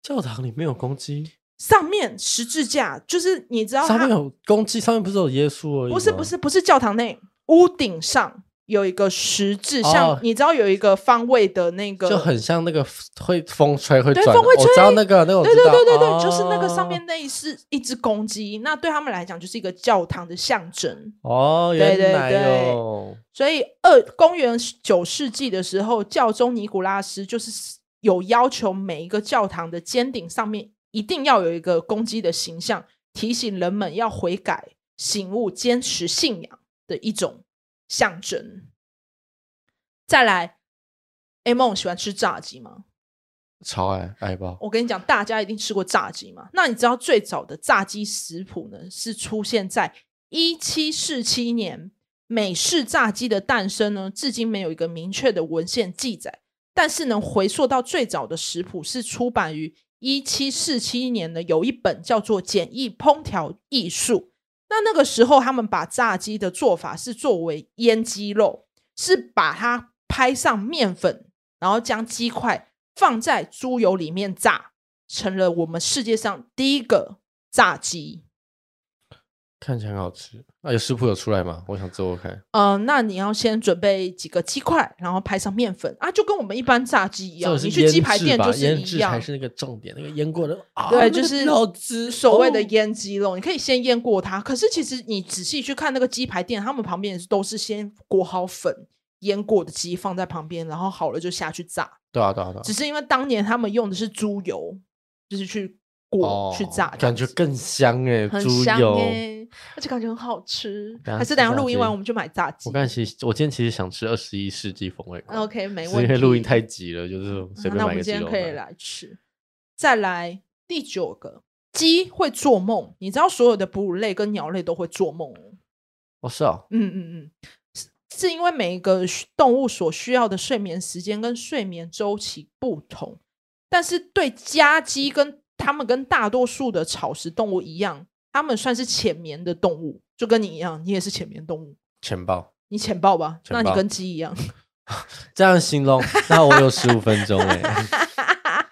[SPEAKER 2] 教堂里面有公鸡，
[SPEAKER 1] 上面十字架就是你知道
[SPEAKER 2] 上
[SPEAKER 1] 它
[SPEAKER 2] 面有公鸡，上面不是有耶稣而已吗？
[SPEAKER 1] 不是不是不是教堂内屋顶上有一个十字，像
[SPEAKER 2] 哦
[SPEAKER 1] 你知道有一个方位的那个，
[SPEAKER 2] 就很像那个会风吹会
[SPEAKER 1] 对
[SPEAKER 2] 转的，
[SPEAKER 1] 风会
[SPEAKER 2] 我知道那个那个我
[SPEAKER 1] 对
[SPEAKER 2] 知
[SPEAKER 1] 对
[SPEAKER 2] 道，
[SPEAKER 1] 对对对，就是那个
[SPEAKER 2] 哦
[SPEAKER 1] 上面那一是一只公鸡，那对他们来讲就是一个教堂的象征。
[SPEAKER 2] 哦，
[SPEAKER 1] 对对
[SPEAKER 2] 原来
[SPEAKER 1] 对
[SPEAKER 2] 哦，
[SPEAKER 1] 所以二公元九世纪的时候，教宗尼古拉斯就是有要求每一个教堂的尖顶上面一定要有一个公鸡的形象，提醒人们要悔改、醒悟、坚持信仰的一种象征。再来，A 梦喜欢吃炸鸡吗？
[SPEAKER 2] 超爱爱爆，
[SPEAKER 1] 我跟你讲，大家一定吃过炸鸡嘛。那你知道最早的炸鸡食谱呢，是出现在一七四七年。美式炸鸡的诞生呢，至今没有一个明确的文献记载，但是能回溯到最早的食谱是出版于一七四七年的，有一本叫做《简易烹调艺术》。那那个时候，他们把炸鸡的做法是作为腌鸡肉，是把它拍上面粉，然后将鸡块放在猪油里面炸，成了我们世界上第一个炸鸡。
[SPEAKER 2] 看起来很好吃。啊，有食谱有出来吗？我想做做看。
[SPEAKER 1] 嗯、那你要先准备几个鸡块，然后拍上面粉啊，就跟我们一般炸鸡一
[SPEAKER 2] 这
[SPEAKER 1] 样，
[SPEAKER 2] 种
[SPEAKER 1] 你
[SPEAKER 2] 是
[SPEAKER 1] 去
[SPEAKER 2] 腌
[SPEAKER 1] 鸡排
[SPEAKER 2] 制
[SPEAKER 1] 店
[SPEAKER 2] 吧
[SPEAKER 1] 就
[SPEAKER 2] 腌
[SPEAKER 1] 一
[SPEAKER 2] 制
[SPEAKER 1] 样
[SPEAKER 2] 才。是那个重点，那个腌过的啊，
[SPEAKER 1] 对
[SPEAKER 2] 那
[SPEAKER 1] 就
[SPEAKER 2] 个 (laughs)
[SPEAKER 1] 是
[SPEAKER 2] 老汁
[SPEAKER 1] 所谓的
[SPEAKER 2] 哦
[SPEAKER 1] 腌鸡肉，你可以先腌过它。可是其实你仔细去看那个鸡排店，他们旁边也是都是先裹好粉腌过的鸡放在旁边，然后好了就下去炸。
[SPEAKER 2] 对啊对啊对啊
[SPEAKER 1] 只，是因为当年他们用的是猪油，就是去裹、
[SPEAKER 2] 哦
[SPEAKER 1] 去炸，
[SPEAKER 2] 感觉更香哎，
[SPEAKER 1] 很
[SPEAKER 2] 猪
[SPEAKER 1] 香
[SPEAKER 2] 油。
[SPEAKER 1] 欸而且感觉很好吃。
[SPEAKER 2] 等下
[SPEAKER 1] 还是
[SPEAKER 2] 吃
[SPEAKER 1] 等下
[SPEAKER 2] 炸
[SPEAKER 1] 录音完
[SPEAKER 2] 鸡
[SPEAKER 1] 我们就买炸鸡
[SPEAKER 2] 我。刚才其实我今天其实想吃二十一世纪风味锅
[SPEAKER 1] OK，没
[SPEAKER 2] 只
[SPEAKER 1] 问
[SPEAKER 2] 是因
[SPEAKER 1] 题。
[SPEAKER 2] 为录音太急了，就是
[SPEAKER 1] 啊
[SPEAKER 2] 随便
[SPEAKER 1] 那我
[SPEAKER 2] 买
[SPEAKER 1] 们
[SPEAKER 2] 个
[SPEAKER 1] 今
[SPEAKER 2] 鸡
[SPEAKER 1] 天
[SPEAKER 2] 肉
[SPEAKER 1] 可以
[SPEAKER 2] 饭。
[SPEAKER 1] 来吃。再来第九个，鸡会做梦。你知道所有的哺乳类跟鸟类都会做梦哦。
[SPEAKER 2] 哦，是哦，
[SPEAKER 1] 嗯嗯嗯，是是因为每一个需动物所需要的睡眠时间跟睡眠周期不同，但是对家鸡跟它们跟大多数的草食动物一样，它们算是浅眠的动物，就跟你一样，你也是浅眠动物，
[SPEAKER 2] 钱包
[SPEAKER 1] 你浅抱吧，
[SPEAKER 2] 浅
[SPEAKER 1] 那你
[SPEAKER 2] 抱
[SPEAKER 1] 跟鸡一样。 (laughs)
[SPEAKER 2] 这样形容，那我有十五分钟哎、 (laughs)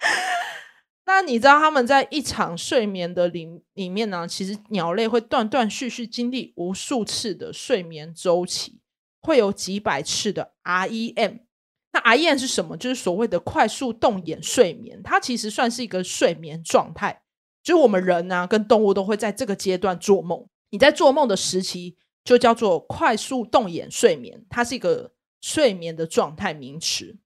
[SPEAKER 1] 那你知道他们在一场睡眠的里里面呢、其实鸟类会断断续续经历无数次的睡眠周期，会有几百次的 REM。那 REM 是什么？就是所谓的快速动眼睡眠，它其实算是一个睡眠状态。就是我们人呢、跟动物都会在这个阶段做梦。你在做梦的时期就叫做快速动眼睡眠，它是一个睡眠的状态名词。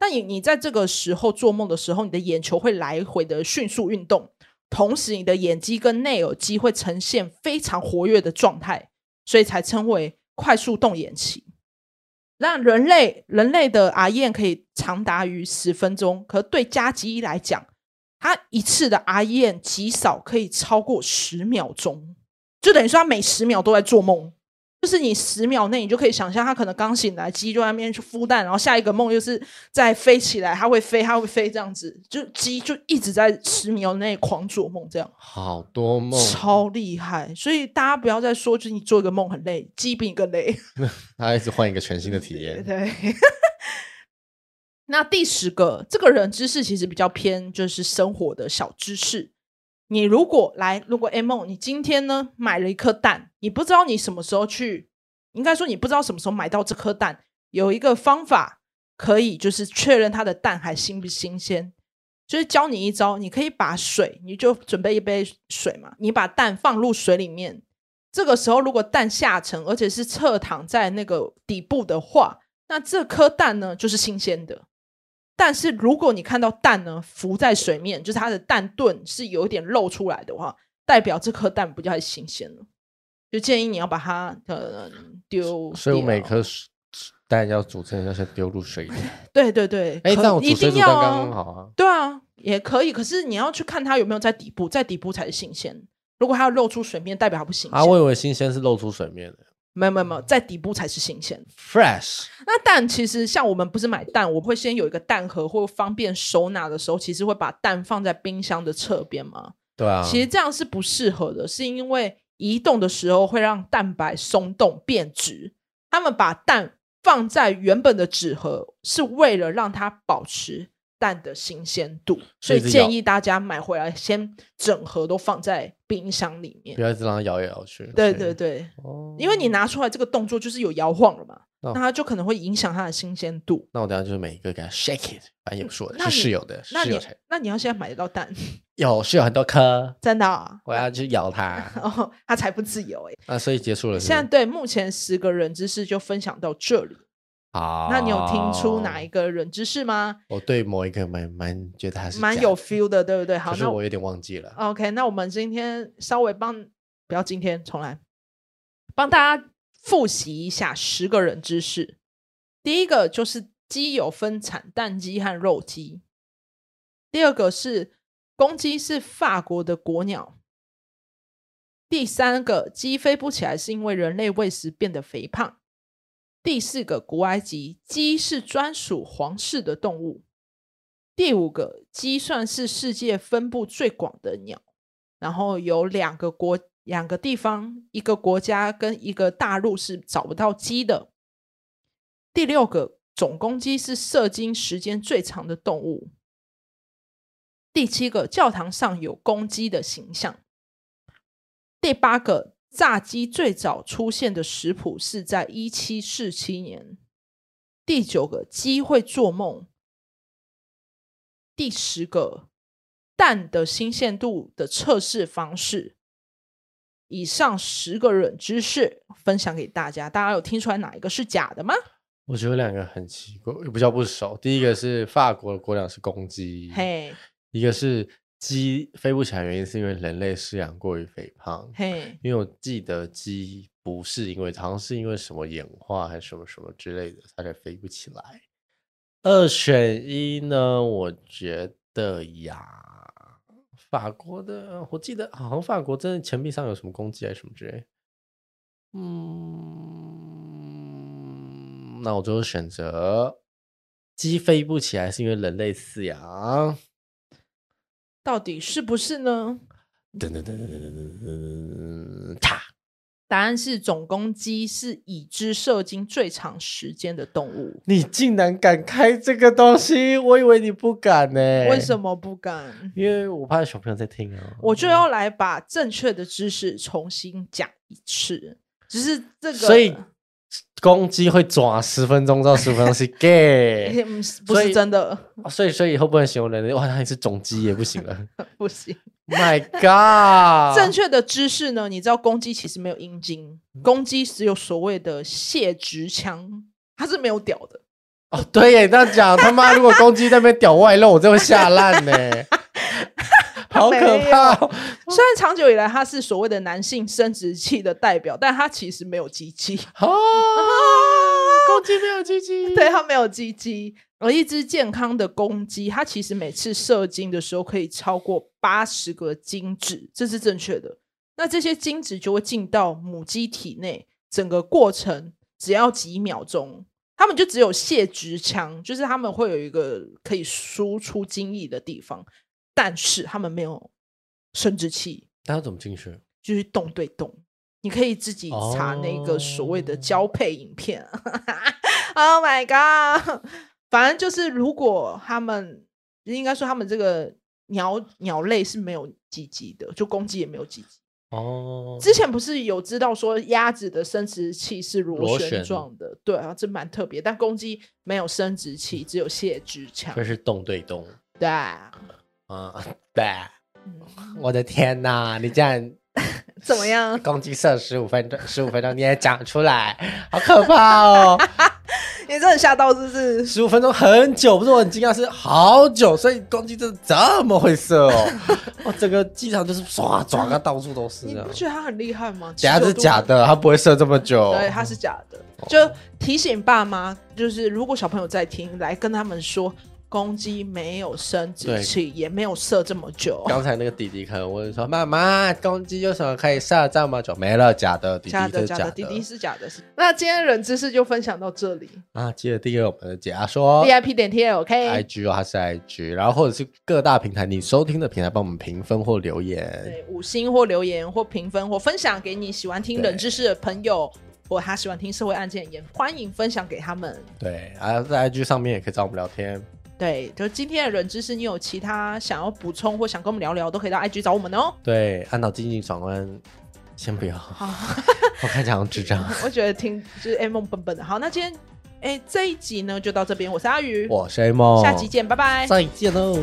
[SPEAKER 1] 那你你在这个时候做梦的时候，你的眼球会来回的迅速运动，同时你的眼肌跟内耳肌会呈现非常活跃的状态，所以才称为快速动眼期。那人类人类的 REM 可以长达于十分钟，可对家鸡来讲，它一次的 REM 极少可以超过十秒钟，就等于说它每十秒都在做梦。就是你十秒内，你就可以想象它可能刚醒来，鸡就在那边去孵蛋，然后下一个梦又是再飞起来，它会飞，它会飞这样子，就鸡就一直在十秒内狂做梦，这样
[SPEAKER 2] 好多梦，
[SPEAKER 1] 超厉害。所以大家不要再说，就是你做一个梦很累，鸡比你更累。
[SPEAKER 2] 他一直换一个全新的体验。
[SPEAKER 1] 对。 (laughs) 那第十个，这个人知识其实比较偏就是生活的小知识。你如果来，如果 M，你今天呢买了一颗蛋，你不知道你什么时候去，应该说你不知道什么时候买到这颗蛋，有一个方法可以就是确认它的蛋还新不新鲜，就是教你一招，你可以把水，你就准备一杯水嘛，你把蛋放入水里面，这个时候如果蛋下沉，而且是侧躺在那个底部的话，那这颗蛋呢就是新鲜的。但是如果你看到蛋呢浮在水面，就是它的蛋盾是有一点露出来的话，代表这颗蛋不叫新鲜了。就建议你要把它呃丢掉，
[SPEAKER 2] 所以我每颗水蛋要煮之前要先丢入水里。
[SPEAKER 1] (laughs) 对对对，
[SPEAKER 2] 哎、
[SPEAKER 1] 可
[SPEAKER 2] 这样我
[SPEAKER 1] 一
[SPEAKER 2] 煮水
[SPEAKER 1] 定
[SPEAKER 2] 煮蛋
[SPEAKER 1] 要
[SPEAKER 2] 刚
[SPEAKER 1] 啊
[SPEAKER 2] 刚好啊。
[SPEAKER 1] 对啊，也可以。可是你要去看它有没有在底部，在底部才是新鲜。如果它要露出水面，代表它不新鲜。
[SPEAKER 2] 啊，我以为新鲜是露出水面的
[SPEAKER 1] 没有没有没有，在底部才是新鲜。
[SPEAKER 2] ，fresh。
[SPEAKER 1] 那蛋其实像我们不是买蛋，我会先有一个蛋盒，或方便收纳的时候，其实会把蛋放在冰箱的侧边嘛。
[SPEAKER 2] 对啊，
[SPEAKER 1] 其实这样是不适合的，是因为移动的时候会让蛋白松动变质。他们把蛋放在原本的纸盒，是为了让它保持蛋的新鲜度，所
[SPEAKER 2] 所以
[SPEAKER 1] 以
[SPEAKER 2] 是
[SPEAKER 1] 建
[SPEAKER 2] 咬
[SPEAKER 1] 议大家买回来先整盒都放在冰箱里面
[SPEAKER 2] 不。要一直让它摇来摇去。
[SPEAKER 1] 对对，对，
[SPEAKER 2] 哦
[SPEAKER 1] 因为你拿出来这个动作就是有摇晃了嘛，
[SPEAKER 2] 哦
[SPEAKER 1] 那它就可能会影响它的新鲜度。
[SPEAKER 2] 那我等下就是每一个给它 shake it，反正也不是我的，
[SPEAKER 1] 那
[SPEAKER 2] 是啊室
[SPEAKER 1] 你
[SPEAKER 2] 友的，
[SPEAKER 1] 那
[SPEAKER 2] 室友
[SPEAKER 1] 你
[SPEAKER 2] 才
[SPEAKER 1] 那你要现在买得到蛋， (laughs)
[SPEAKER 2] 有是有很多颗，
[SPEAKER 1] 真的、啊？。
[SPEAKER 2] 我要去咬它 (laughs)
[SPEAKER 1] 哦，他才不自由哎、
[SPEAKER 2] 那所以结束了是不
[SPEAKER 1] 现在
[SPEAKER 2] 是，
[SPEAKER 1] 对目前十个人知识就分享到这里，
[SPEAKER 2] 好，
[SPEAKER 1] 那你有听
[SPEAKER 2] 哦
[SPEAKER 1] 出哪一？个人知识吗？
[SPEAKER 2] 啊我对某一个蛮蛮觉得还是
[SPEAKER 1] 蛮
[SPEAKER 2] 假
[SPEAKER 1] 有
[SPEAKER 2] 的
[SPEAKER 1] feel 的，对不对？好，
[SPEAKER 2] 可是
[SPEAKER 1] 那
[SPEAKER 2] 我有点忘记了。
[SPEAKER 1] OK，那我们今天稍微帮，不要今天，重来，帮大家复习一下十个人知识。第一个就是鸡有分产蛋鸡和肉鸡，第二个是公鸡是法国的国鸟，第三个鸡飞不起来是因为人类喂食变得肥胖，第四个古埃及鸡是专属皇室的动物，第五个，鸡算是世界分布最广的鸟，然后有两个国、两个地方、一个国家跟一个大陆是找不到鸡的。第六个，总公鸡是射精时间最长的动物。第七个，教堂上有公鸡的形象。第八个，炸鸡最早出现的食谱是在一七四七年。第九个，鸡会做梦。第十个蛋的新鲜度的测试方式。以上十个冷知识分享给大家，大家有听出来哪一个是假的吗？
[SPEAKER 2] 我觉得两个很奇怪，又比较不熟。第一个是法国的国鸟是公鸡，
[SPEAKER 1] 嘿
[SPEAKER 2] 一个是鸡飞不起来，原因是因为人类饲养过于肥胖。
[SPEAKER 1] 嘿，
[SPEAKER 2] 因为我记得鸡不是因为，好像是因为什么演化还是什么什么之类的，它才飞不起来。二选一呢，我觉得呀，法国的，我记得好像法国真的钱币上有什么攻击还是什么之类。嗯，那我最后选择鸡飞不起来，是因为人类饲养。
[SPEAKER 1] 到底是不是呢？
[SPEAKER 2] 噔噔噔噔噔噔噔噔，嚓！
[SPEAKER 1] 答案是总公鸡是已知射精最长时间的动物。
[SPEAKER 2] 你竟然敢开这个东西，我以为你不敢呢、
[SPEAKER 1] 为什？么不敢？
[SPEAKER 2] 因为我怕小朋友在听啊。
[SPEAKER 1] 我就要来把正确的知识重新讲一次，只是这个，
[SPEAKER 2] 所以公鸡会抓十分钟到十分
[SPEAKER 1] (laughs)
[SPEAKER 2] 钟是 gay，
[SPEAKER 1] 诶嗯是不
[SPEAKER 2] 所
[SPEAKER 1] 是
[SPEAKER 2] 以
[SPEAKER 1] 真的， (laughs)
[SPEAKER 2] 哦所以所以以后不能形容人类，哇，那你是种鸡也不行了。
[SPEAKER 1] 不行。
[SPEAKER 2] My God，
[SPEAKER 1] 正确的知识呢？你知道公鸡其实没有阴茎，公鸡只有所谓的泄殖腔，它是没有屌的。
[SPEAKER 2] 哦，对耶，你这样讲他妈，如果公鸡在那边屌外露，我真会吓烂
[SPEAKER 1] (laughs)
[SPEAKER 2] 呢，好可怕哦、
[SPEAKER 1] 虽然长久以来它是所谓的男性生殖器的代表，但它其实没有鸡鸡。
[SPEAKER 2] 啊哦！公鸡没有鸡鸡，
[SPEAKER 1] 对，它没有鸡鸡。而一只健康的公鸡，它其实每次射精的时候可以超过八十个精子，这是正确的。那这些精子就会进到母鸡体内，整个过程只要几秒钟。它们就只有泄殖腔，就是它们会有一个可以输出精液的地方，但是它们没有生殖器，
[SPEAKER 2] 他要怎么进去？
[SPEAKER 1] 就是动对动，你可以自己查那个所谓的
[SPEAKER 2] 哦
[SPEAKER 1] 交配影片。oh my god！反 (laughs) 正就是，如果他们应该说他们这个鸟鸟类是没有鸡鸡的，就公鸡也没有鸡鸡。
[SPEAKER 2] 哦，
[SPEAKER 1] 之前不是有知道说鸭子的生殖器是螺
[SPEAKER 2] 螺
[SPEAKER 1] 旋
[SPEAKER 2] 旋
[SPEAKER 1] 状的，对啊，这蛮特别。但公鸡没有生殖器，只有泄殖腔
[SPEAKER 2] 这。是动对动
[SPEAKER 1] 对啊，
[SPEAKER 2] 啊！对，
[SPEAKER 1] 嗯
[SPEAKER 2] 我的天哪，你竟然
[SPEAKER 1] 怎么样？ (laughs)
[SPEAKER 2] 公鸡射十五分钟，十五分钟你也讲出来，好可怕哦！
[SPEAKER 1] 你真的吓到是不是？
[SPEAKER 2] 十五分钟很久，不是我很惊讶，是好久，所以公鸡真的这么会射哦！哦，整个机场就是唰抓个到处都是
[SPEAKER 1] 你
[SPEAKER 2] 啊
[SPEAKER 1] 不！觉得它很厉害吗？
[SPEAKER 2] 等下
[SPEAKER 1] 持
[SPEAKER 2] 是
[SPEAKER 1] 久度
[SPEAKER 2] 假的，他不会射这么久。
[SPEAKER 1] 对，它是假的。就提醒爸妈，就是如果小朋友在听，来跟他们说，公鸡没有生殖
[SPEAKER 2] 对
[SPEAKER 1] 器，也没有射这么久，
[SPEAKER 2] 刚才那个弟弟可能问说：“妈妈，公鸡有什么可以射这么久？”没了，假的， (laughs) 弟弟
[SPEAKER 1] 假
[SPEAKER 2] 这
[SPEAKER 1] 的
[SPEAKER 2] 是
[SPEAKER 1] 假
[SPEAKER 2] 假
[SPEAKER 1] 的，弟弟是假的。是那今天冷知识就分享到这里
[SPEAKER 2] 啊，记得订阅我们的解压说
[SPEAKER 1] ，VIP 点 T L K，
[SPEAKER 2] IG 哦，它是 IG，然后或者是各大平台你收听的平台帮我们评分或留言。
[SPEAKER 1] 对，五星或留言或评分或分享给你喜欢听
[SPEAKER 2] 对
[SPEAKER 1] 冷知识的朋友。或他喜欢听社会案件，也欢迎分享给他们。
[SPEAKER 2] 对，啊，在 IG 上面也可以找我们聊天。
[SPEAKER 1] 对，就今天的冷知识，你有其他想要补充或想跟我们聊聊，都可以到 IG 找我们哦。
[SPEAKER 2] 对，按照经济转弯，先不要，
[SPEAKER 1] 好。
[SPEAKER 2] 我看起来好像智障。
[SPEAKER 1] (laughs) 我觉得挺就是 A 梦笨笨的。好，那今天哎、这一集呢就到这边，我是阿鱼，
[SPEAKER 2] 我是哦 A 梦，
[SPEAKER 1] 下集见，拜拜。
[SPEAKER 2] 再见喽。